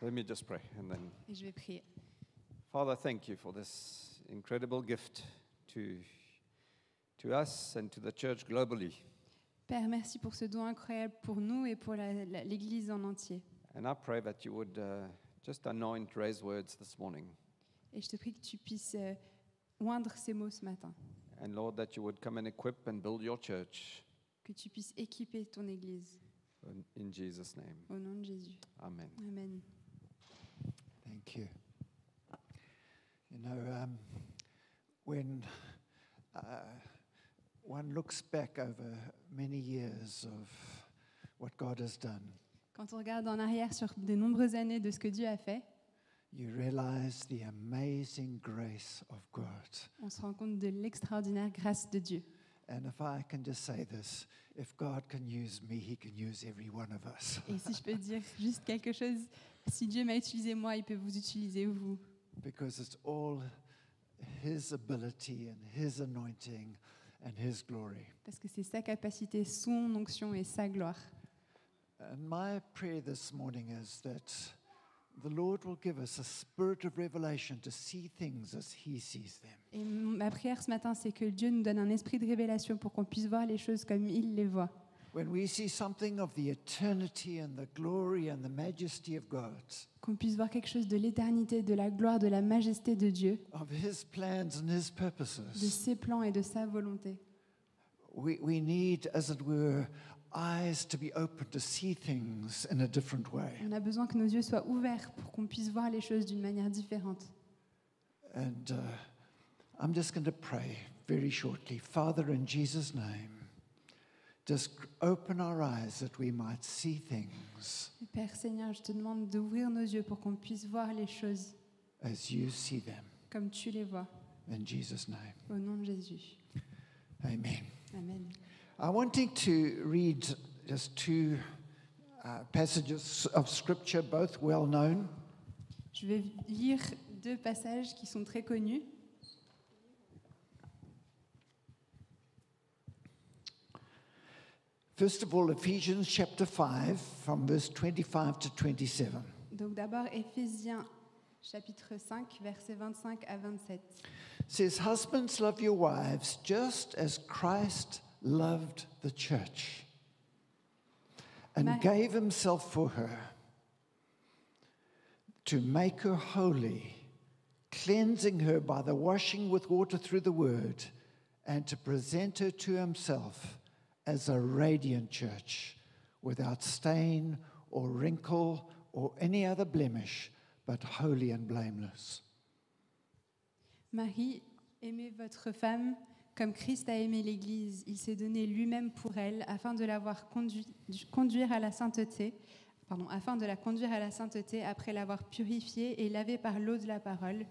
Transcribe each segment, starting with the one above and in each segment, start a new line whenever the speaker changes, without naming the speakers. Let me just pray and then.
Et je vais prier.
Father, thank you for this incredible gift to, to us and to the church globally.
Père, merci pour ce don incroyable pour nous et pour la- la- l'Église en entier.
And I pray that you would uh, just anoint Ray's words this morning.
Et je te prie que tu puisses euh, oindre ces mots ce matin,
And Lord, that you would come and equip and build your church.
que tu puisses équiper ton Église.
In- In Jesus' name,
Au nom de Jésus.
amen.
Amen.
Thank you. You know, um, when uh, one looks back over many years of what God has done,
Quand on regarde en arrière sur de nombreuses années de ce que Dieu a fait,
you realize the amazing grace of God.
on se rend compte de l'extraordinaire grâce de Dieu.
And if I can just say this, if God can use me, He can use every one of us.
Et si je peux dire juste quelque chose, si Dieu m'a utilisé moi, il peut vous utiliser vous.
because it's all His ability and His anointing and His glory.
Parce que c'est sa capacité, son onction et sa gloire.
And my prayer this morning is that the Lord will give us a spirit of revelation to see things as He sees them.
Et m- ma prière ce matin, c'est que Dieu nous donne un esprit de révélation pour qu'on puisse voir les choses comme il les voit.
When we see something of the eternity and the glory and the majesty of God,
Qu'on puisse voir quelque chose de l'éternité, de la gloire, de la majesté de Dieu,
of His plans and His
de
purposes,
ses plans et de sa volonté.
we, we need, as it were, eyes to be open to see things in a different way.
On a besoin que nos yeux soient ouverts pour qu'on puisse voir les choses d'une manière différente.
And uh, I'm just going to pray very shortly. Father, in Jesus' name, just open our eyes that we might see things
Père Seigneur, je te demande d'ouvrir nos yeux pour qu'on puisse voir les choses
as you see them.
comme tu les vois.
In Jesus' name,
Au nom de Jésus.
amen.
Amen.
I'm wanting to read just two uh, passages of scripture, both well known.
Je vais lire deux passages qui sont très connus.
First of all, Ephesians chapter 5, from verse 25 to 27.
Donc d'abord Éphésiens chapitre 5 versets 25 à 27.
says, Husbands, love your wives just as Christ loved the church and
Ma-
gave himself for her to make her holy, cleansing her by the washing with water through the word, and to present her to himself as a radiant church without stain or wrinkle or any other blemish, but holy and blameless.
Marie, aimez votre femme comme Christ a aimé l'Église. Il s'est donné lui-même pour elle afin de l'avoir conduit- du- conduire à la sainteté, pardon, afin de la conduire à la sainteté après l'avoir purifiée et lavée par l'eau de la parole,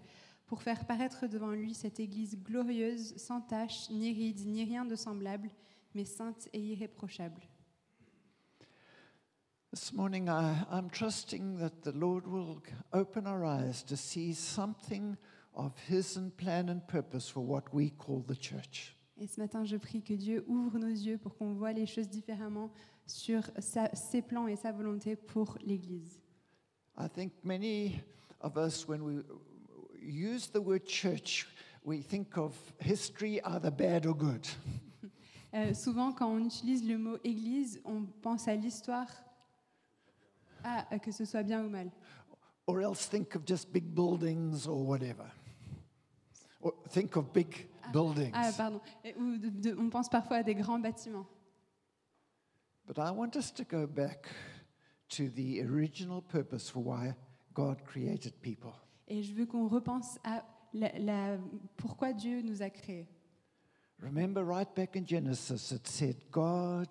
pour faire paraître devant lui cette Église glorieuse, sans tache, ni ride, ni rien de semblable, mais sainte et irréprochable.
This morning, I, I'm trusting that the Lord will open our eyes to see something of His and plan and purpose for what we call the church.
Et ce matin, je prie que Dieu ouvre nos yeux pour qu'on voit les choses différemment sur sa- ses plans et sa volonté pour l'Église.
I think many of us, when we use the word church, we think of history either bad or good.
Euh, souvent, quand on utilise le mot Église, on pense à l'histoire, ah, euh, que ce soit bien ou mal,
or else think of just big buildings or whatever. Or think of big buildings.
ah, pardon, Et- ou de- de- on pense parfois à des grands bâtiments.
But I want us to go back to the original purpose for why God created people.
Et je veux qu'on repense à la- la- pourquoi Dieu nous a créés.
Remember, right back in Genesis, it said God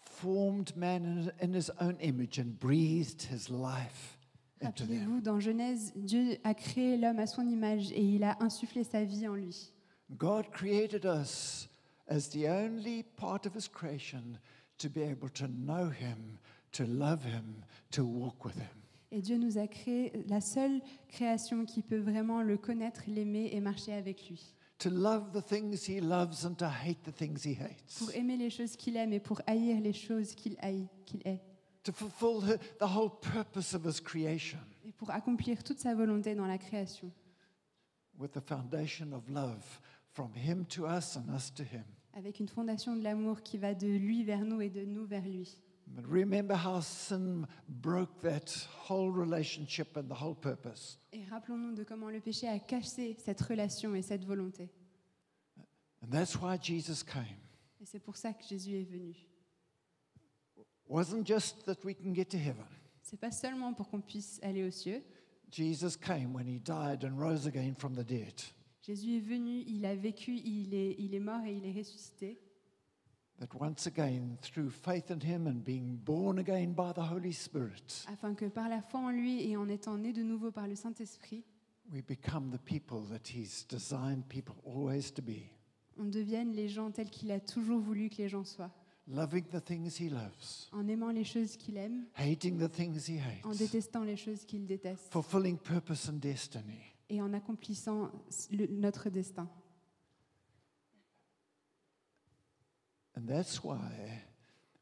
formed man in- in his own image and breathed his life into them.
Rappelez-vous, dans Genèse, Dieu a créé l'homme à son image et il a insufflé sa vie en lui.
God created us as the only part of his creation to be able to know him, to love him, to walk with him.
Et Dieu nous a créé la seule création qui peut vraiment le connaître, l'aimer et marcher avec lui.
to love the things he loves and to hate the things he hates,
pour aimer les choses qu'il aime et pour haïr les choses qu'il haït, qu'il hait,
to fulfill her- the whole purpose of his creation
et pour accomplir toute sa volonté dans la création,
with the foundation of love from him to us and us to him.
avec une fondation de l'amour qui va de lui vers nous et de nous vers lui.
But remember how sin broke that whole relationship and the whole purpose.
Et rappelons-nous de comment le péché a cassé cette relation et cette volonté.
And that's why Jesus came.
Et c'est pour ça que Jésus est venu.
wasn't just that we can get to heaven.
C'est pas seulement pour qu'on puisse aller aux cieux.
Jesus came when he died and rose again from the dead,
Jésus est venu, il a vécu, il est, il est mort et il est ressuscité.
that once again, through faith in him and being born again by the Holy Spirit,
afin que par la foi en lui et en étant né de nouveau par le Saint-Esprit,
we become the people that he's designed people always to be,
on devienne les gens tels qu'il a toujours voulu que les gens soient,
loving the things he loves,
en aimant les choses qu'il aime,
hating the things he
en
hates,
détestant les choses qu'il déteste
fulfilling purpose and destiny.
et en accomplissant le- notre destin.
And that's why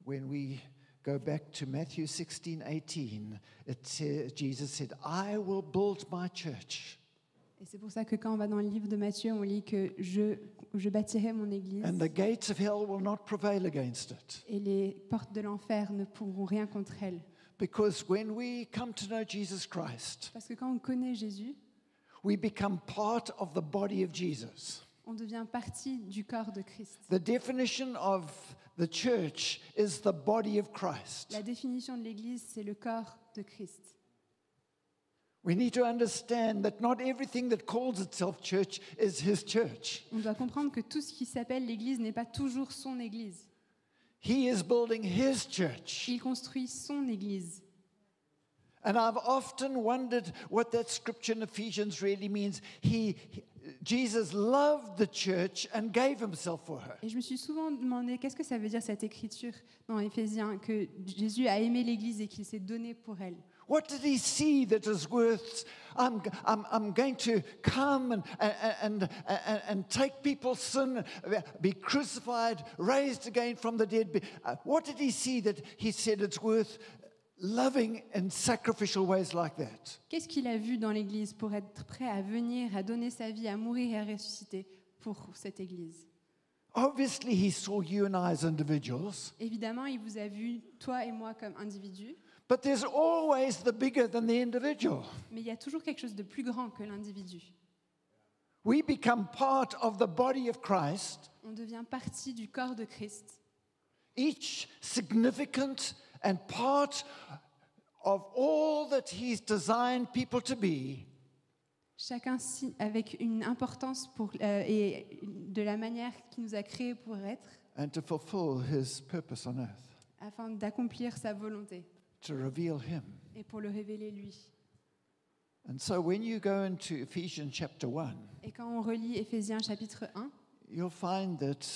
when we go back to Matthew 16 18, it sa- Jesus said, I will build my church.
Et c'est pour ça que quand on va dans le livre de Matthieu, on lit que je, je bâtirai mon église
And the gates of hell will not prevail against it.
et les portes de l'enfer ne pourront rien contre elle.
Because when we come to know Jesus Christ,
Parce que quand on connaît Jésus,
we become part of the body of Jesus.
on devient partie du corps de Christ.
The definition of the church is the body of Christ.
La définition de l'église, c'est le corps de Christ.
We need to understand that not everything that calls itself church is his church.
On doit comprendre que tout ce qui s'appelle l'Église n'est pas toujours son Église.
He is building his church.
Il construit son Église.
And I've often wondered what that scripture in Ephesians really means. He, he- Jesus loved the church and gave himself for her.
Et je me suis souvent demandé qu'est-ce que ça veut dire cette écriture dans Éphésiens, que Jésus a aimé l'Église et qu'il s'est donné pour elle.
What did he see that is worth? I'm, I'm, I'm going to come and, and, and, and, and take people's sin, be crucified, raised again from the dead. Be- uh, What did he see that he said it's worth loving in sacrificial ways like that?
Qu'est-ce qu'il a vu dans l'Église pour être prêt à venir, à donner sa vie, à mourir et à ressusciter pour cette Église
Obviously, he saw you and I as individuals,
Évidemment, il vous a vu, toi et moi, comme individus,
but there's always the bigger than the individual.
mais il y a toujours quelque chose de plus grand que l'individu.
We become part of the body of Christ
On devient partie du corps de Christ
each significant and part of all that he's designed people to be
Chacun si- avec une importance pour, euh, et de la manière qu'il nous a créés pour être,
and to fulfill his purpose on earth,
afin d'accomplir sa volonté
to reveal him.
et pour le révéler lui.
And so when you go into Ephesians chapter 1,
Et quand on relit Éphésiens chapitre 1,
you'll find that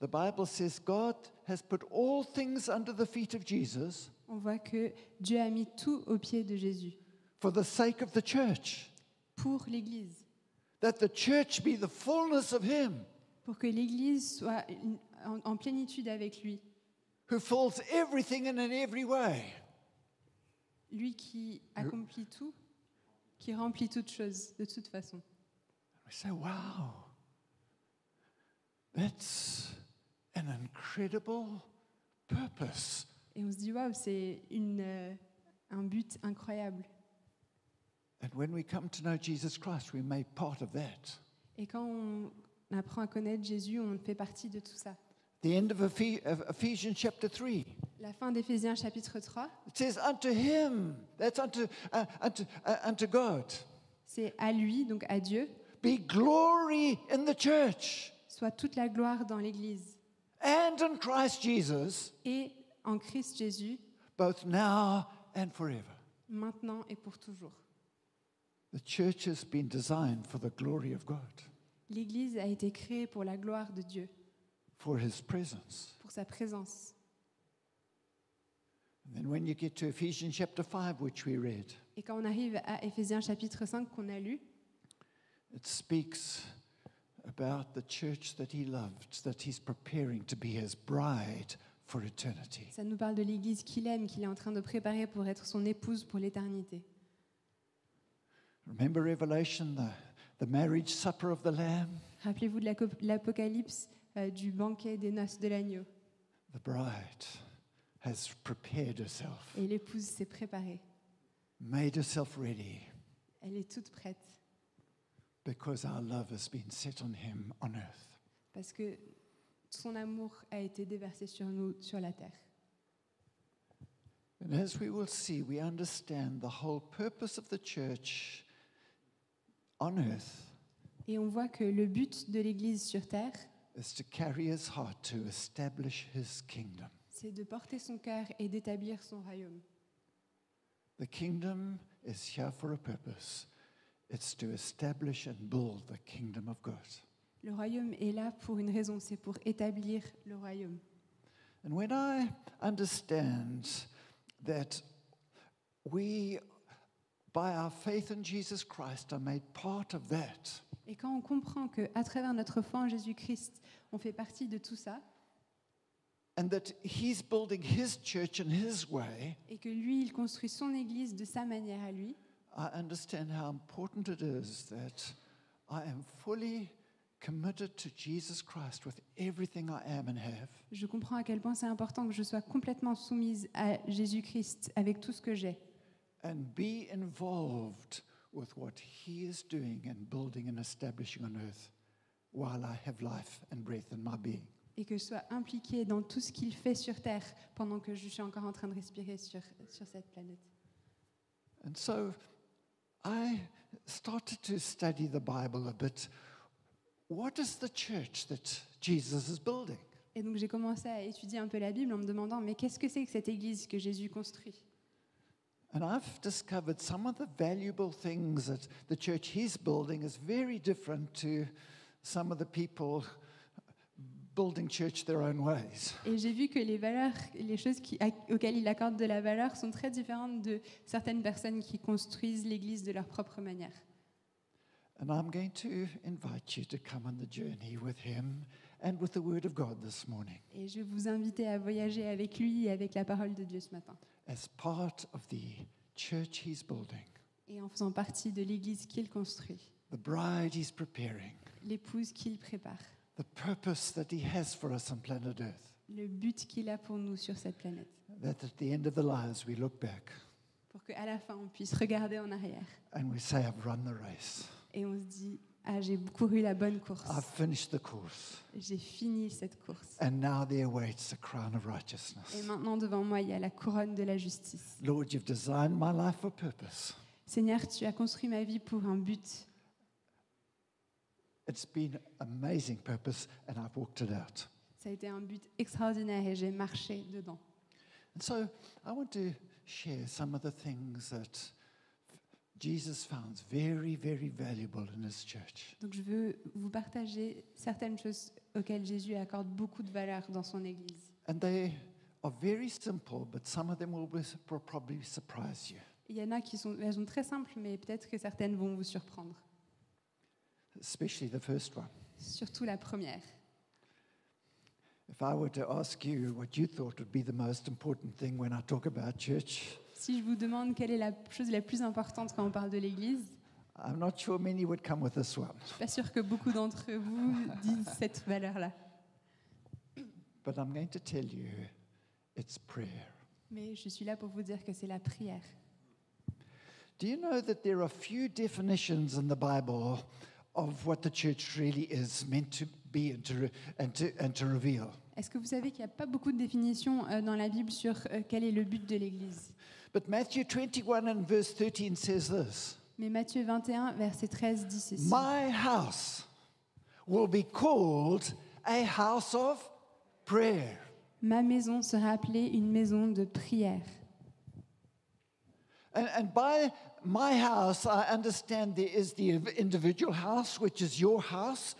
the Bible says God has put all things under the feet of Jesus
on voit que Dieu a mis tout au pied de Jésus
for the sake of the church,
pour l'Église,
that the church be the fullness of him
pour que l'Église soit une- en, en plénitude avec lui,
who fills everything and in every way.
lui qui accomplit tout, qui remplit toutes choses de toute façon.
We say, wow, that's an incredible purpose.
Et on se dit, waouh, c'est une, euh, un but incroyable.
And when we come to know Jesus Christ, we're made part of that.
Et quand on apprend à connaître Jésus, on fait partie de tout ça.
The end of Ephe- of Ephesians chapter 3.
La fin d'Éphésiens chapitre 3,
It says, Unto him, that's unto, uh, unto, uh, unto God,
c'est à lui, donc à Dieu,
be glory in the church
soit toute la gloire dans l'Église
and in Christ Jesus,
et en Christ Jésus,
both now and forever.
maintenant et pour toujours.
The church has been designed for the glory of God,
L'Église a été créée pour la gloire de Dieu,
for his presence.
pour sa présence.
And then when you get to Ephesians chapter 5, which we read,
Et quand on arrive à Éphésiens chapitre 5 qu'on a lu,
it speaks about the church that he loved, that he's preparing to be his bride for eternity.
Ça nous parle de l'Église qu'il aime, qu'il est en train de préparer pour être son épouse pour l'éternité.
Remember Revelation, the, the marriage supper of the Lamb?
Rappelez-vous de la co- l'Apocalypse, euh, du banquet des noces de l'agneau.
The bride has prepared herself,
Et l'épouse s'est préparée.
made herself ready,
Elle est toute prête.
because our love has been set on him on earth.
Parce que son amour a été déversé sur nous, sur la terre.
And as we will see, we understand the whole purpose of the church on earth
Et on voit que le but de l'Église sur terre,
is to carry his heart to establish his kingdom.
c'est de porter son cœur et d'établir son royaume.
The kingdom is here for a purpose it's to establish and build the kingdom of God.
Le royaume est là pour une raison, c'est pour établir le royaume.
And when I understand that we, by our faith in Jesus Christ, are made part of that,
Et quand on comprend que à travers notre foi en Jésus-Christ, on fait partie de tout ça
and that he's building his church in his way.
et que lui, il construit son église de sa manière à lui,
I understand how important it is that I am fully committed to Jesus Christ with everything I am and have,
je comprends à quel point c'est important que je sois complètement soumise à Jésus-Christ avec tout ce que j'ai
and be involved with what He is doing and building and establishing on earth while I have life and breath in my being.
et que je sois impliquée dans tout ce qu'il fait sur terre pendant que je suis encore en train de respirer sur, sur cette planète.
And so I started to study the Bible a bit. What is the church that Jesus is building?
Et donc j'ai commencé à étudier un peu la Bible en me demandant mais qu'est-ce que c'est que cette église que Jésus construit
And I've discovered some of the valuable things that the church he's building is very different to some of the people building church their own ways.
Et j'ai vu que les valeurs, les choses qui- à- auxquelles il accorde de la valeur sont très différentes de certaines personnes qui construisent l'église de leur propre manière.
And I'm going to invite you to come on the journey with him and with the Word of God this morning
Et je vais vous inviter à voyager avec lui et avec la parole de Dieu ce matin.
as part of the church he's building,
Et en faisant partie de l'église qu'il construit,
the bride he's preparing,
l'épouse qu'il prépare,
the purpose that he has for us on planet Earth,
le but qu'il a pour nous sur cette planète,
that at the end of the lives we look back
pour qu'à la fin on puisse regarder en arrière
and we say, I've run the race,
et on se dit Ah, j'ai couru la bonne course,
I've finished the course.
j'ai fini cette course.
And now there awaits the crown of
Et
righteousness.
maintenant devant moi il y a la couronne de la justice.
Lord, you've designed my life for purpose.
Seigneur, tu as construit ma vie pour un but.
It's been amazing purpose, and I've walked it out.
Ça a été un but extraordinaire et j'ai marché dedans.
And so I want to share some of the things that Jesus found very, very valuable in his church.
Donc je veux vous partager certaines choses auxquelles Jésus accorde beaucoup de valeur dans son Église.
And they are very simple, but some of them will, be, will probably surprise you.
Il y en a qui sont, elles sont très simples, mais peut-être que certaines vont vous surprendre.
Especially the first one.
Surtout la première.
If I were to ask you what you thought would be the most important thing when I talk about church,
Si je vous demande quelle est la chose la plus importante quand on parle de l'Église,
I'm not sure many would come with this one.
je suis pas sûre que beaucoup d'entre vous disent cette valeur-là.
But I'm going to tell you it's prayer.
Mais je suis là pour vous dire que c'est la prière.
Do you know that there are few definitions in the Bible of what the church really is meant to be and to, re- and to, and to reveal?
Est-ce que vous savez qu'il n'y a pas beaucoup de définitions euh, dans la Bible sur euh, quel est le but de l'Église
But Matthew 21 and verse 13 says this
Mais Matthieu 21, verset 13 dit ceci.
My house will be called a house of prayer.
Ma maison sera appelée une maison de prière.
And, and by my house, I understand there is the individual house, which is your house,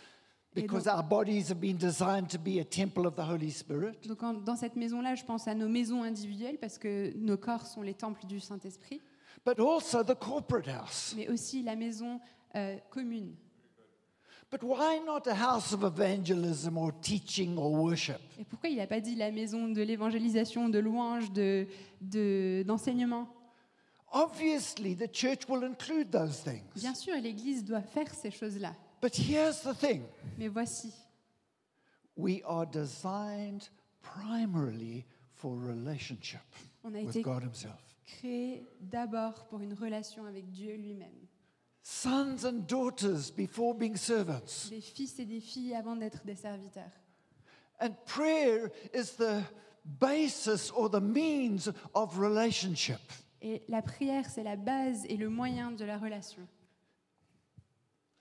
because our bodies have been designed to be a temple of the Holy Spirit.
Donc en- dans cette maison-là, je pense à nos maisons individuelles parce que nos corps sont les temples du Saint-Esprit,
but also the corporate house.
mais aussi la maison euh, commune.
But why not a house of evangelism or teaching or worship?
Et pourquoi il n'a pas dit la maison de l'évangélisation, de louange, de- de- d'enseignement
Obviously, the church will include those things.
Bien sûr, l'Église doit faire ces choses-là.
But here's the thing
Mais voici,
we are designed primarily for relationship
on a
with
été
God Himself.
créé d'abord pour une relation avec Dieu lui-même.
Sons and daughters before being servants.
Des fils et des filles avant d'être des serviteurs.
And prayer is the basis or the means of relationship.
Et la prière, c'est la base et le moyen de la relation.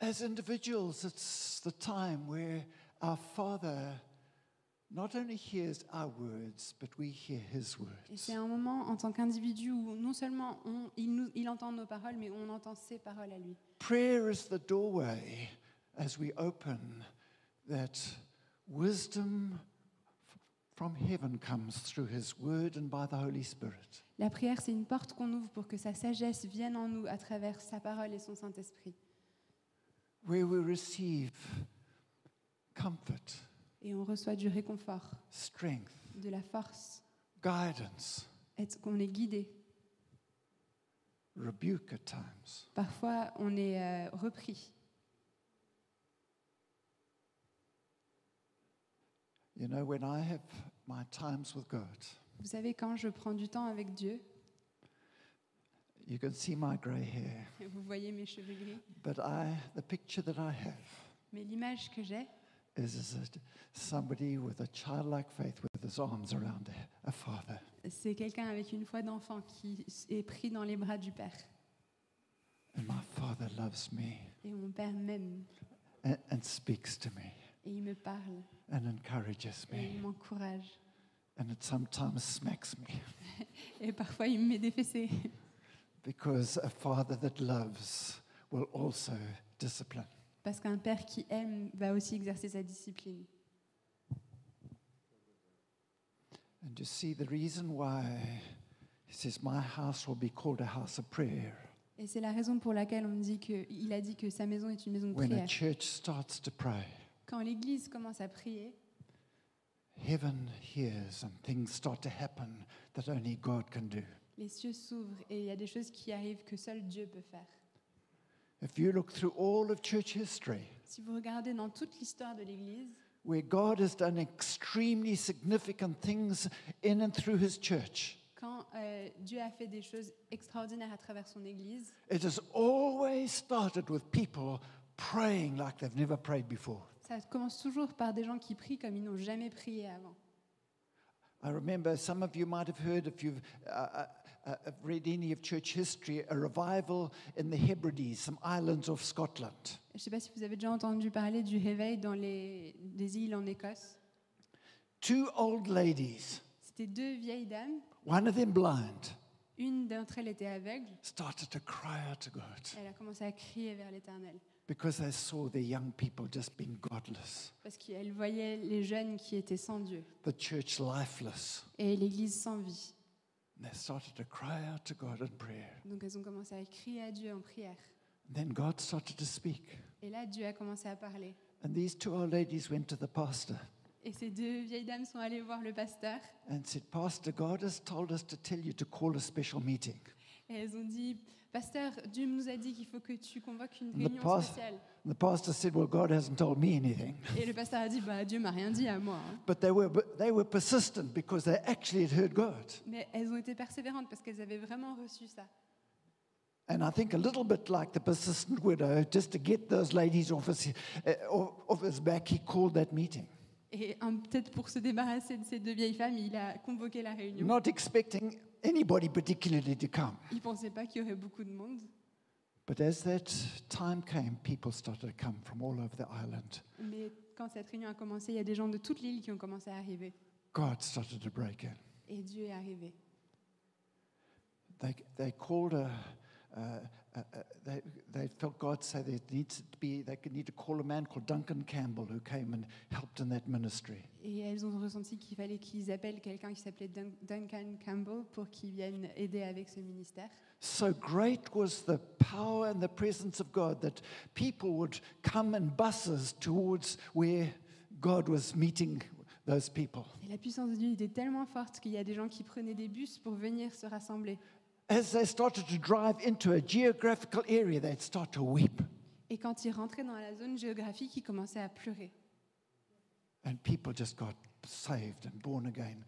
As individuals, it's the time where our Father not only hears our words, but we hear His
Et
words.
c'est un moment en tant qu'individu où non seulement on- il, nous- il entend nos paroles, mais on entend ses paroles à lui.
Prayer is the doorway as we open that wisdom f- from heaven comes through His word and by the Holy Spirit.
La prière, c'est une porte qu'on ouvre pour que sa sagesse vienne en nous à travers sa parole et son Saint-Esprit.
where we receive comfort,
Et on reçoit du réconfort,
strength,
de la force,
guidance,
être qu'on est guidé.
rebuke at times.
Parfois, on est euh, repris.
You know, when I have my times with God,
Vous savez, quand je prends du temps avec Dieu,
you can see my gray hair,
vous voyez mes cheveux gris,
but I, the picture that I have
mais l'image que j'ai,
is, is that somebody with a childlike faith with his arms around a- a father.
c'est quelqu'un avec une foi d'enfant qui est pris dans les bras du Père.
And my father loves me
Et mon Père m'aime,
and, and speaks to me
et il me parle,
and encourages
et il
me.
m'encourage.
And it sometimes smacks me
Et parfois, il me met des fessées,
because a father that loves will also discipline.
parce qu'un Père qui aime va aussi exercer sa discipline.
And you see, the reason why he says, My house will be called a house of prayer,
Et c'est la raison pour laquelle on dit que, il a dit que sa maison est une maison de
when a
prière.
church starts to pray,
Quand l'Église commence à prier,
heaven hears and things start to happen that only God can do.
les cieux s'ouvrent et il y a des choses qui arrivent que seul Dieu peut faire.
If you look through all of church history,
Si vous regardez dans toute l'histoire de l'Église,
where God has done extremely significant things in and through his church,
quand euh, Dieu a fait des choses extraordinaires à travers son Église,
it has always started with people praying like they've never prayed before.
ça commence toujours par des gens qui prient comme ils n'ont jamais prié avant.
I remember some of you might have heard, if you've uh, uh, uh, have read any of church history, a revival in the Hebrides, some islands off Scotland.
Je ne sais pas si vous avez déjà entendu parler du réveil dans les, des îles en Écosse.
Two old ladies,
C'était deux vieilles dames,
one of them blind,
une d'entre elles était aveugle,
started to cry out to God
elle a commencé à crier vers l'Éternel
because they saw their young people just being godless,
parce qu'elle voyait les jeunes qui étaient sans Dieu
the church lifeless.
et l'Église sans vie.
And they started to cry out to God in prayer.
Donc elles ont commencé à crier à Dieu en prière.
And then God started to speak.
Et là, Dieu a commencé à parler.
And these two old ladies went to the pastor
Et ces deux vieilles dames sont allées voir le pasteur
and said, Pastor, God has told us to tell you to call a special meeting.
et elles ont dit Pasteur, Dieu nous a dit qu'il faut que tu convoques une
Le
réunion
pas-
spéciale.
And the pastor said, Well, God hasn't told me anything.
Et le pasteur a dit Bah, Dieu m'a rien dit à moi. hein.
But they were, but they were persistent because they actually had heard God.
Mais elles ont été persévérantes parce qu'elles avaient vraiment reçu ça.
And I think a little bit like the persistent widow, just to get those ladies off his, uh, off off his back, he called that meeting.
Et hein, peut-être pour se débarrasser de ces deux vieilles femmes, il a convoqué la réunion.
Not expecting anybody particularly to come.
Il pensait pas qu'il y aurait beaucoup de monde.
But as that time came, people started to come from all over the island.
Mais quand cette réunion a commencé, il y a des gens de toute l'île qui ont commencé à arriver.
God started to break in.
Et Dieu est arrivé.
They, they called a, a, a, uh, uh, they, they felt God say there needs to be, they could need to call a man called Duncan Campbell who came and helped in that ministry.
Et elles ont ressenti qu'il fallait qu'ils appellent quelqu'un qui s'appelait Dun- Duncan Campbell pour qu'il vienne aider avec ce ministère.
So great was the power and the presence of God that people would come in buses towards where God was meeting those people.
Et la puissance de Dieu était tellement forte qu'il y a des gens qui prenaient des bus pour venir se rassembler.
As they started to drive into a geographical area, they'd start to weep.
Et quand ils rentraient dans la zone géographique, ils commençaient à pleurer.
And people just got saved and born again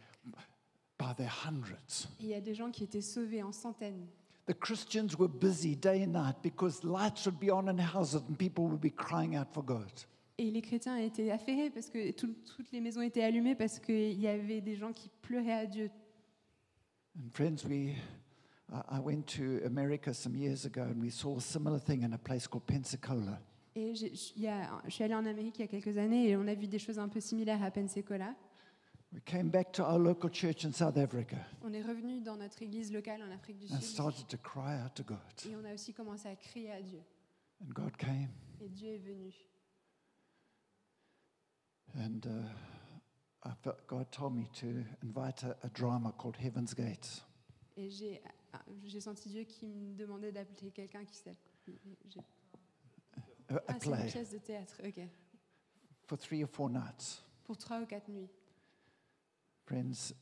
by their hundreds.
Et il y a des gens qui étaient sauvés en centaines.
The Christians were busy day and night because lights would be on in houses and people would be crying out for God.
Et les chrétiens étaient affairés parce que tout- toutes les maisons étaient allumées parce qu'il y avait des gens qui pleuraient à Dieu.
And friends, we, I I went to America some years ago and we saw a similar thing in a place called Pensacola.
Et j'ai- j- il y a- je suis allée en Amérique il y a quelques années et on a vu des choses un peu similaires à Pensacola.
We came back to our local church in South Africa
On est revenu dans notre église locale en Afrique du
and
Sud
started to cry out to God.
et on a aussi commencé à crier à Dieu.
And God came.
Et Dieu est venu.
And uh, I felt God told me to invite a, a drama called Heaven's Gates.
Et j'ai ah, j'ai senti Dieu qui me demandait d'appeler quelqu'un qui s'appelle. j'ai-
A, a
Ah, c'est une
play
pièce de théâtre, ok.
for three or four nights.
Pour trois ou quatre nuits.
Friends,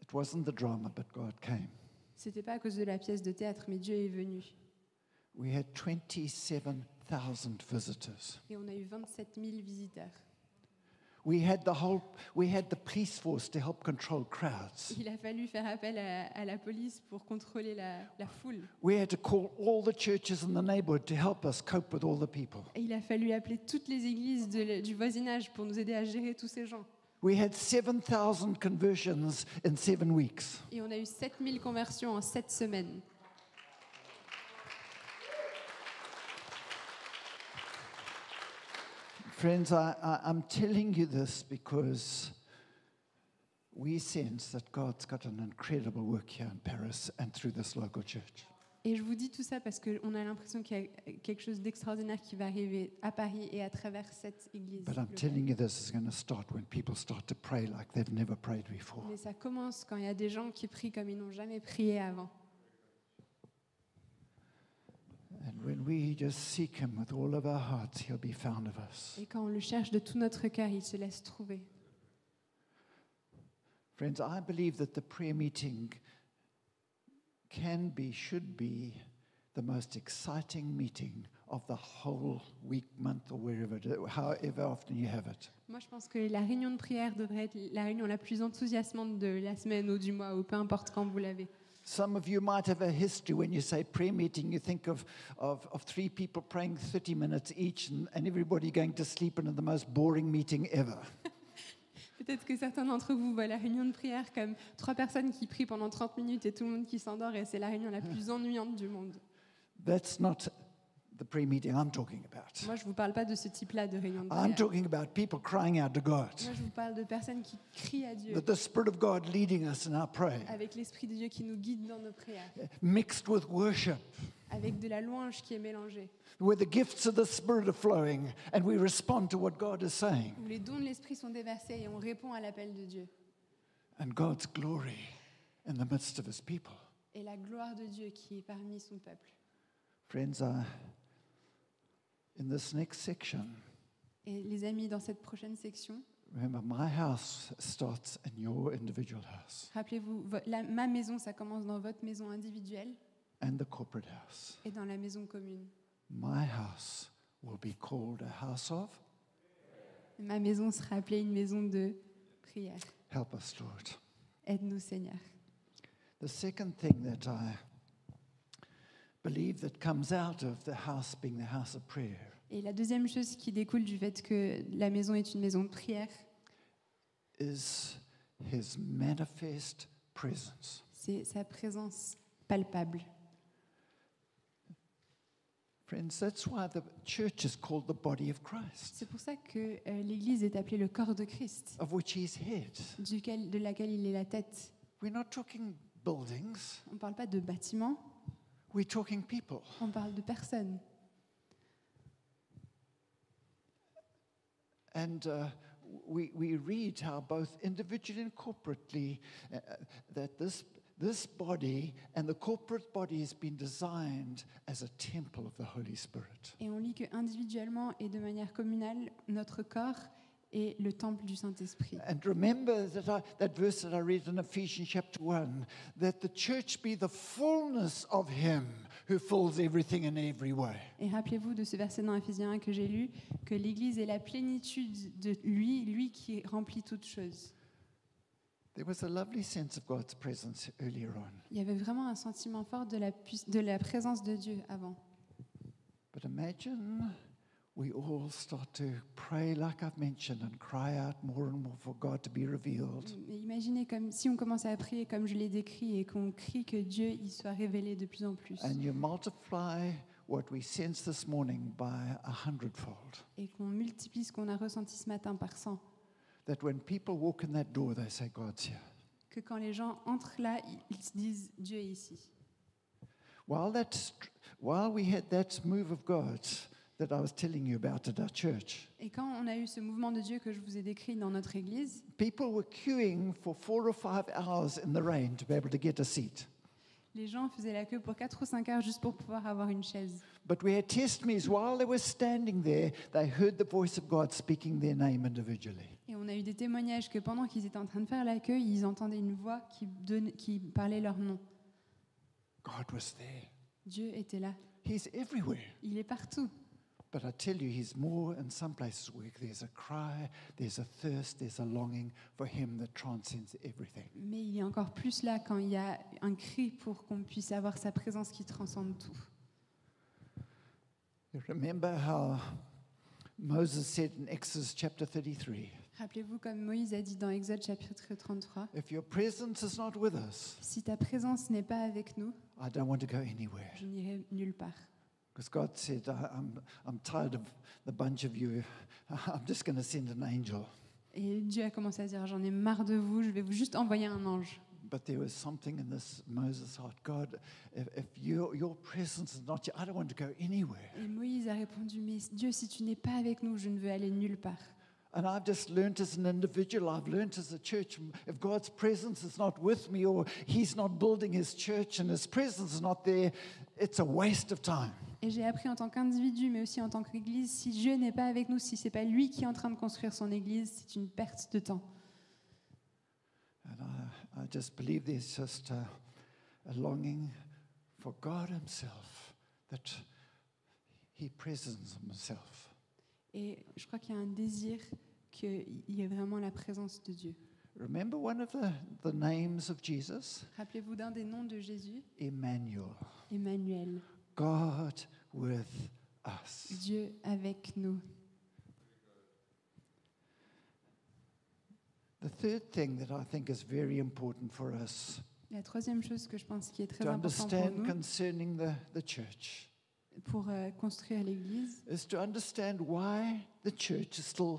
it wasn't the drama, but God came.
C'était pas à cause de la pièce de théâtre, mais Dieu est venu.
We had 27,000 visitors.
Et on a eu 27 000 visiteurs.
We had the whole, we had the police force to help control crowds.
Il a fallu faire appel à, à la police pour contrôler la, la foule.
We had to call all the churches in the neighborhood to help us cope with all the people.
Et il a fallu appeler toutes les églises de le- du voisinage pour nous aider à gérer tous ces gens.
We had 7,000 conversions in seven weeks.
Et on a eu 7 000 conversions en 7 semaines.
Friends, I, I, I'm telling you this because we sense that God's got an incredible work here in Paris and through this local church.
Et je vous dis tout ça parce qu'on a l'impression qu'il y a quelque chose d'extraordinaire qui va arriver à Paris et à travers cette église.
But I'm
locale.
telling you, this is going to start when people start to pray like they've never prayed before.
Mais ça commence quand il y a des gens qui prient comme ils n'ont jamais prié avant.
And when we just seek Him with all of our hearts, He'll be found of us.
Et quand on le cherche de tout notre cœur, il se laisse trouver.
Friends, I believe that the prayer meeting can be, should be, the most exciting meeting of the whole week, month, or wherever, however often you have it.
Moi, je pense que la réunion de prière devrait être la réunion la plus enthousiasmante de la semaine ou du mois, ou peu importe quand vous l'avez.
Some of you might have a history when you say prayer meeting, you think of, of, of three people praying 30 minutes each and, and everybody going to sleep and the most boring meeting ever.
Peut-être que certains d'entre vous voient la réunion de prière comme trois personnes qui prient pendant 30 minutes et tout le monde qui s'endort, et c'est la réunion la plus ennuyante du monde.
That's not the prayer meeting I'm talking about.
Moi, je ne vous parle pas de ce type-là de réunion de
I'm
prière.
talking about people crying out to God,
Moi, je vous parle de personnes qui crient à Dieu,
that the Spirit of God leading us in our prayer,
avec l'Esprit de Dieu qui nous guide dans nos prières,
mixed with worship,
avec de la louange qui est mélangée,
where the gifts of the Spirit are flowing and we respond to what God is saying
où les dons de l'Esprit sont déversés et on répond à l'appel de Dieu,
and God's glory in the midst of His people.
et la gloire de Dieu qui est parmi son peuple.
Friends, I, in this next section,
Et les amis, dans cette prochaine section,
remember my house starts in your individual house
rappelez-vous, vo- la- ma maison, ça commence dans votre maison individuelle
and the corporate house.
et dans la maison commune.
My house will be called a house of.
Ma maison sera appelée une maison de prière.
Help us, Lord.
Aide-nous, Seigneur.
The second thing that I believe that comes out of the house being the house of prayer
Et la deuxième chose qui découle du fait que la maison est une maison de prière,
is his manifest presence.
c'est sa présence palpable.
Friends, that's why the church is called the body of Christ,
C'est pour ça que euh, l'Église est appelée le corps de Christ,
of which he's head.
duquel, de laquelle il est la tête.
We're not talking buildings,
On ne parle pas de bâtiment,
We're talking people.
On parle de personnes.
And uh, we, we read how both individually and corporately uh, that this, this body and the corporate body has been designed as a temple of the Holy Spirit.
Et on lit que individuellement et de manière communale, notre corps est le temple du Saint-Esprit.
And remember that, I, that verse that I read in Ephesians chapter 1 that the church be the fullness of Him who fills everything in every way.
Et rappelez-vous de ce verset dans Éphésiens 1 que j'ai lu, que l'Église est la plénitude de lui, lui qui remplit toutes choses.
There was a lovely sense of God's presence earlier on,
Il y avait vraiment un sentiment fort de la, pui- de la présence de Dieu avant.
but imagine we all start to pray, like I've mentioned, and cry out more and more for God to be revealed.
Mais imaginez comme si on commençait à prier comme je l'ai décrit et qu'on crie que Dieu y soit révélé de plus en plus
And you multiply what we sense this morning by a hundredfold.
et qu'on multiplie ce qu'on a ressenti ce matin par 100.
That when people walk in that door, they say, God's here.
Que quand les gens entrent là, ils se disent Dieu est ici.
While, that, str- while we had that move of God that I was telling you about at our church,
Et quand on a eu ce mouvement de Dieu que je vous ai décrit dans notre église,
people were queuing for four or five hours in the rain to be able to get a seat.
Les gens faisaient la queue pour 4 ou 5 heures juste pour pouvoir avoir une chaise.
But we had testimonies while they were standing there, they heard the voice of God speaking their name individually.
Et on a eu des témoignages que pendant qu'ils étaient en train de faire la queue, ils entendaient une voix qui, donne- qui parlait leur nom.
God was there.
Dieu était là.
He's everywhere.
Il est partout.
But I tell you, He's more in some places where there's a cry, there's a thirst, there's a longing for Him that transcends everything.
Mais il est encore plus là quand il y a un cri pour qu'on puisse avoir sa présence qui transcende tout.
You remember how Moses said in Exodus chapter 33
Rappelez-vous comme Moïse a dit dans Exode chapitre 33,
If your presence is not with us,
Si ta présence n'est pas avec nous,
I don't want to go anywhere.
je n'irai nulle part.
Because God said, I, I'm, I'm tired of the bunch of you. I'm just going to send an angel.
Et Dieu a commencé à dire, j'en ai marre de vous, je vais vous juste envoyer un ange.
But there was something in this Moses' heart God, if, if your, your presence is not here, I don't want to go anywhere.
Et Moïse a répondu, mais Dieu, si tu n'es pas avec nous, je ne veux aller nulle part.
And I've just learnt as an individual, I've learnt as a church, m- if God's presence is not with me or He's not building His church and His presence is not there, it's a waste of time.
Et j'ai appris en tant qu'individu, mais aussi en tant qu'Église, si Dieu n'est pas avec nous, si c'est pas lui qui est en train de construire son Église, c'est une perte de temps.
And I, I just believe there's just a, a longing for God Himself, that He presents Himself.
Et je crois qu'il y a un désir qu'il y ait vraiment la présence de Dieu.
Remember one of the, the names of Jesus?
Rappelez-vous d'un des noms de Jésus,
Emmanuel.
Emmanuel,
God with us.
Dieu avec nous.
The third thing that I think is very important for us
La troisième chose que je pense qui est très
to
importante pour
understand
nous,
concerning the, the church
pour euh, construire l'Église,
is to understand why the church is still,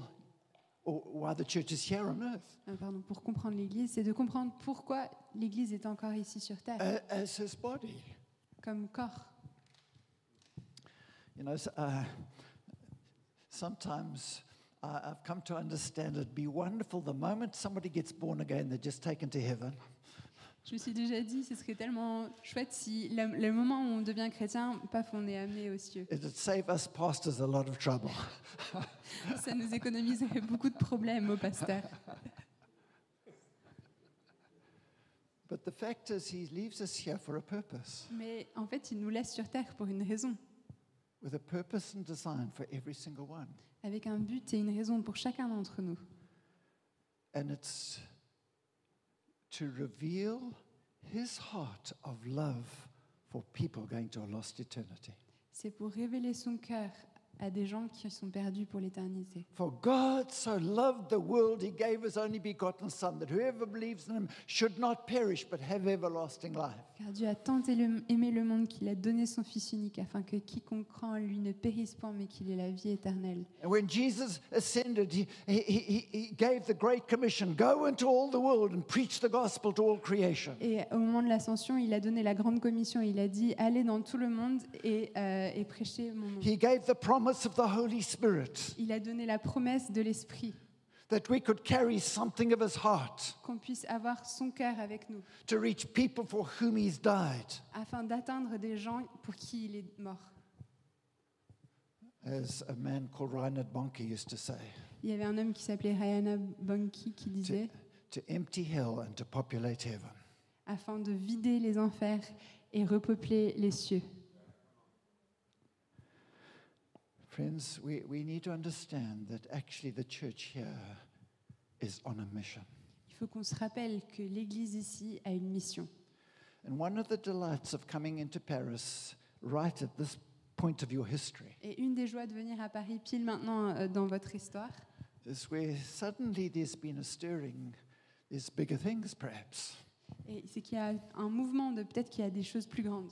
or why the church is here on earth
euh, pardon, pour comprendre l'Église, c'est de comprendre pourquoi l'Église est encore ici sur Terre,
a- as his body.
comme corps.
You know, s- uh, sometimes I, I've come to understand it'd be wonderful the moment somebody gets born again, they're just taken to heaven.
Je me suis déjà dit, ce serait tellement chouette si la- le moment où on devient chrétien, paf, on est amené aux cieux.
It'd save us pastors a lot of trouble.
Ça nous économiserait beaucoup de problèmes au pasteur.
But the fact is, he leaves us here for a purpose,
Mais en fait, il nous laisse sur terre pour une raison,
with a purpose and design for every single one.
avec un but et une raison pour chacun d'entre nous.
And it's to reveal his heart of love for people going to a lost eternity.
C'est pour révéler son cœur à des gens qui sont perdus pour l'éternité.
For God so loved the world, he gave his only begotten Son, that whoever believes in him should not perish but have everlasting life.
Car Dieu a tant éle- aimé le monde qu'il a donné son Fils unique, afin que quiconque croit en lui ne périsse point, mais qu'il ait la vie éternelle.
And when Jesus ascended, he, he, he, he gave the Great Commission go into all the world and preach the gospel to all creation.
Et au moment de l'ascension, il a donné la grande commission. Il a dit Allez dans tout le monde et, euh, et prêchez mon nom.
He gave the promise of the Holy Spirit
Il a donné la promesse de l'Esprit,
that we could carry something of his heart
qu'on puisse avoir son cœur avec nous,
to reach people for whom he's died.
afin d'atteindre des gens pour qui il est mort.
As a man called Reinhard Bonnke used to say,
Il y avait un homme qui s'appelait Rayana Bonki qui disait
to empty hell and to populate heaven.
Afin de vider les enfers et repeupler les cieux.
Friends, we, we need to understand that actually the church here is on a mission.
Il faut qu'on se rappelle que l'Église ici a une mission.
And one of the delights of coming into Paris, right at this point of your history,
Et une des joies de venir à Paris, pile maintenant euh, dans votre histoire,
is where suddenly there's been a stirring, there's bigger things perhaps.
et c'est qu'il y a un mouvement de peut-être qu'il y a des choses plus grandes.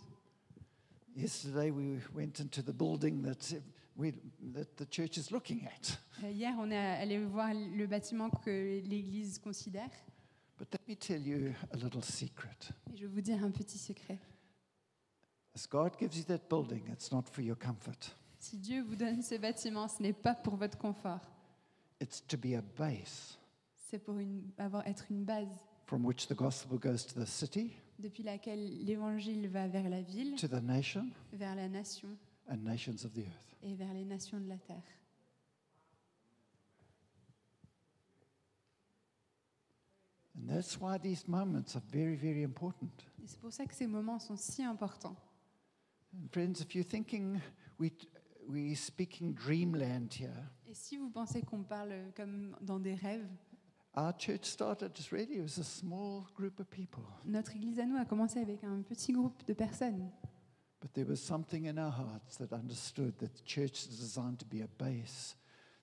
Yesterday we went into the building that, we, that the church is looking at.
Euh, Hier, on est allé voir le bâtiment que l'Église considère.
But let me tell you a little secret.
Et je vais vous dire un petit secret.
As God gives you that building, it's not for your comfort.
Si Dieu vous donne ce bâtiment, ce n'est pas pour votre confort,
It's to be a base
c'est pour une- avoir, être une base
from which the gospel goes to the city,
depuis laquelle l'Évangile va vers la ville,
to the nation,
vers la nation
and nations of the earth.
et vers les nations de la terre.
And that's why these moments are very, very important.
Et c'est pour ça que ces moments sont si importants.
And friends, if you're thinking we, we're speaking dreamland here,
Et si vous pensez qu'on parle comme dans des rêves,
our church started just really as a small group of people,
notre Église à nous a commencé avec un petit groupe de personnes.
but there was something in our hearts that understood that the church is designed to be a base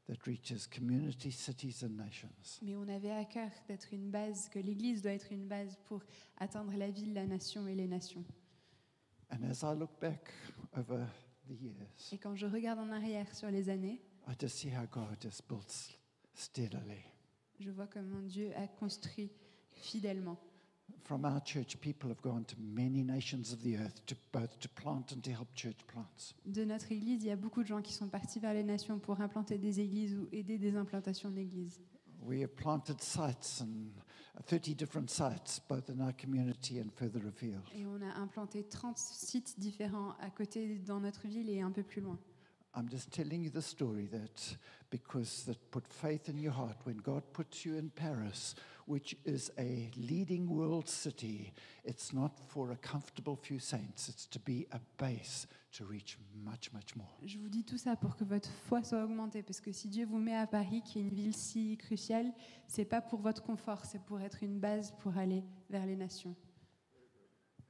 that reaches community, cities, and nations.
Mais on avait à cœur d'être une base, que l'Église doit être une base pour atteindre la ville, la nation et les nations.
And as I look back over the years,
Et quand je regarde en arrière sur les années,
I just see how God has built s- steadily.
je vois comment Dieu a construit fidèlement.
From our church, people have gone to many nations of the earth to both to plant and to help church plants.
De notre Église, il y a beaucoup de gens qui sont partis vers les nations pour implanter des églises ou aider des implantations d'églises.
We have planted sites and 30 different sites, both in our community and further afield.
Et on a implanté 30 sites différents à côté dans notre ville et un peu plus loin.
I'm just telling you the story that because that put faith in your heart when God puts you in Paris, which is a leading world city, it's not for a comfortable few saints, it's to be a base to reach much, much more.
Je vous dis tout ça pour que votre foi soit augmentée, parce que si Dieu vous met à Paris, qui est une ville si cruciale, c'est pas pour votre confort, c'est pour être une base pour aller vers les nations.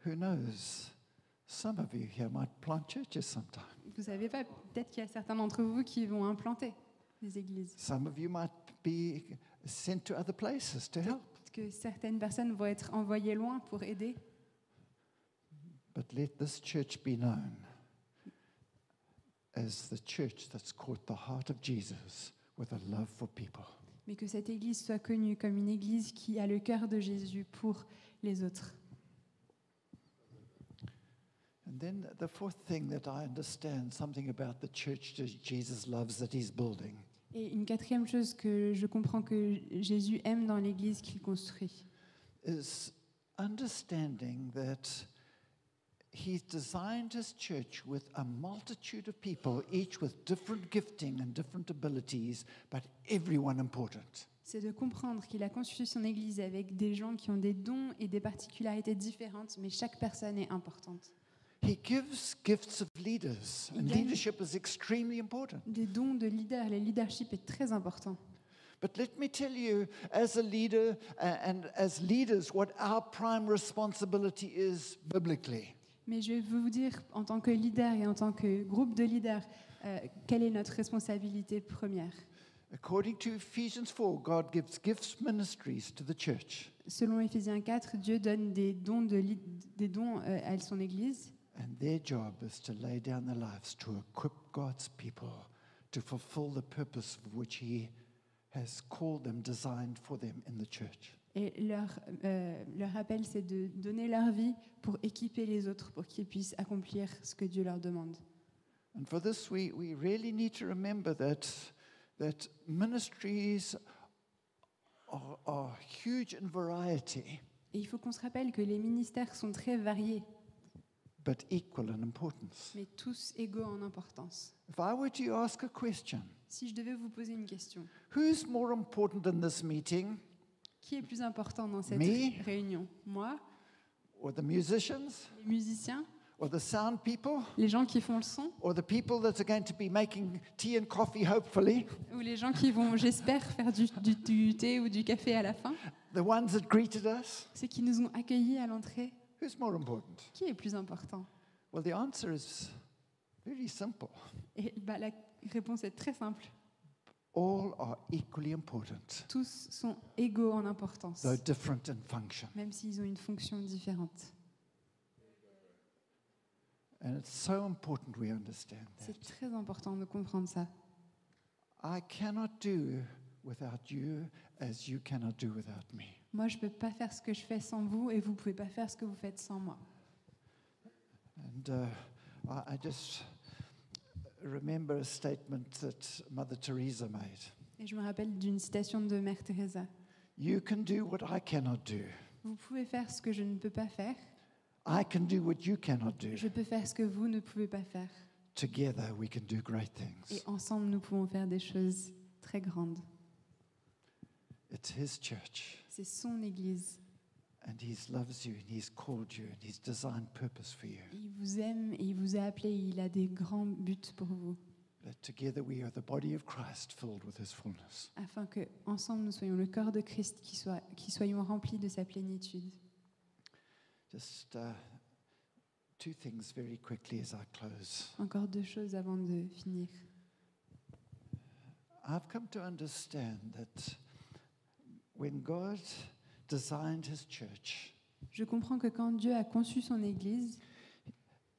Who knows? Some of you here might plant churches sometime.
Vous savez pas, peut-être qu'il y a certains d'entre vous qui vont implanter des églises,
Some of you might be sent to other places to help.
Peut-être que certaines personnes vont être envoyées loin pour aider.
But let this church be known as the church that's caught the heart of Jesus with a love for people.
mais que cette Église soit connue comme une Église qui a le cœur de Jésus pour les autres.
And then the fourth thing that I understand something about the church that Jesus loves that he's building
Et une quatrième chose que je comprends que Jésus aime dans l'Église qu'il construit,
is understanding that he's designed his church with a multitude of people, each with different gifting and different abilities, but everyone important.
c'est de comprendre qu'il a construit son Église avec des gens qui ont des dons et des particularités différentes, mais chaque personne est importante.
He gives gifts of leaders, and
Yeah.
leadership is extremely important.
Des dons de leader, le leadership est très important.
But let me tell you, as a leader a- and as leaders, what our prime responsibility is biblically.
Mais je veux vous dire, en tant que leader et en tant que groupe de leaders, euh, quelle est notre responsabilité première
According to Ephesians 4, God gives gifts ministries to the church,
Selon Ephésiens 4, Dieu donne des dons, de l'i- des dons euh, à son Église
and their job is to lay down their lives to equip God's people to fulfill the purpose of which He has called them, designed for them in the church.
et leur, euh, leur appel, c'est de donner leur vie pour équiper les autres, pour qu'ils puissent accomplir ce que Dieu leur demande.
And for this, we, we really need to remember that, that ministries are, are huge in variety,
Et il faut qu'on se rappelle que les ministères sont très variés,
but equal in importance.
mais tous égaux en importance.
If I were to ask a question,
Si je devais vous poser une question,
who's more important in this meeting,
qui est plus important dans cette
Me?
réunion Moi,
or the musicians,
les musiciens,
or the sound people,
les gens qui font le son,
or the people that are going to be making tea and coffee, hopefully,
ou les gens qui vont, j'espère, faire du, du- du thé ou du café à la fin,
the ones that greeted us?
ceux qui nous ont accueillis à l'entrée
Who's more important?
Qui est plus important
Well, the answer is very simple
Et bah, la réponse est très simple.
all are equally important.
Tous sont égaux en importance,
though different in function.
même s'ils ont une fonction différente.
And it's so important we understand that.
C'est très important de comprendre ça.
I cannot do without you as you cannot do without me.
Moi, je ne peux pas faire ce que je fais sans vous et vous ne pouvez pas faire ce que vous faites sans moi.
And uh, I, I just remember a statement that Mother Teresa made
Et je me rappelle d'une citation de Mère Teresa.
You can do what I cannot do.
Vous pouvez faire ce que je ne peux pas faire.
I can do what you cannot do.
Je peux faire ce que vous ne pouvez pas faire.
Together we can do great
Et
things.
ensemble, nous pouvons faire des choses très grandes.
It's His church.
C'est son Église.
And He loves you, and He's called you, and He's designed purpose for you.
Il vous aime et il vous a appelé. Il a des grands buts pour vous,
That together we are the body of Christ filled with His fullness.
afin que ensemble nous soyons le corps de Christ, qui, soit, qui soyons remplis de sa plénitude.
Just uh, two things very quickly as I close.
Encore deux choses avant de finir.
I've come to understand that when God designed his church,
Je comprends que quand Dieu a conçu son Église,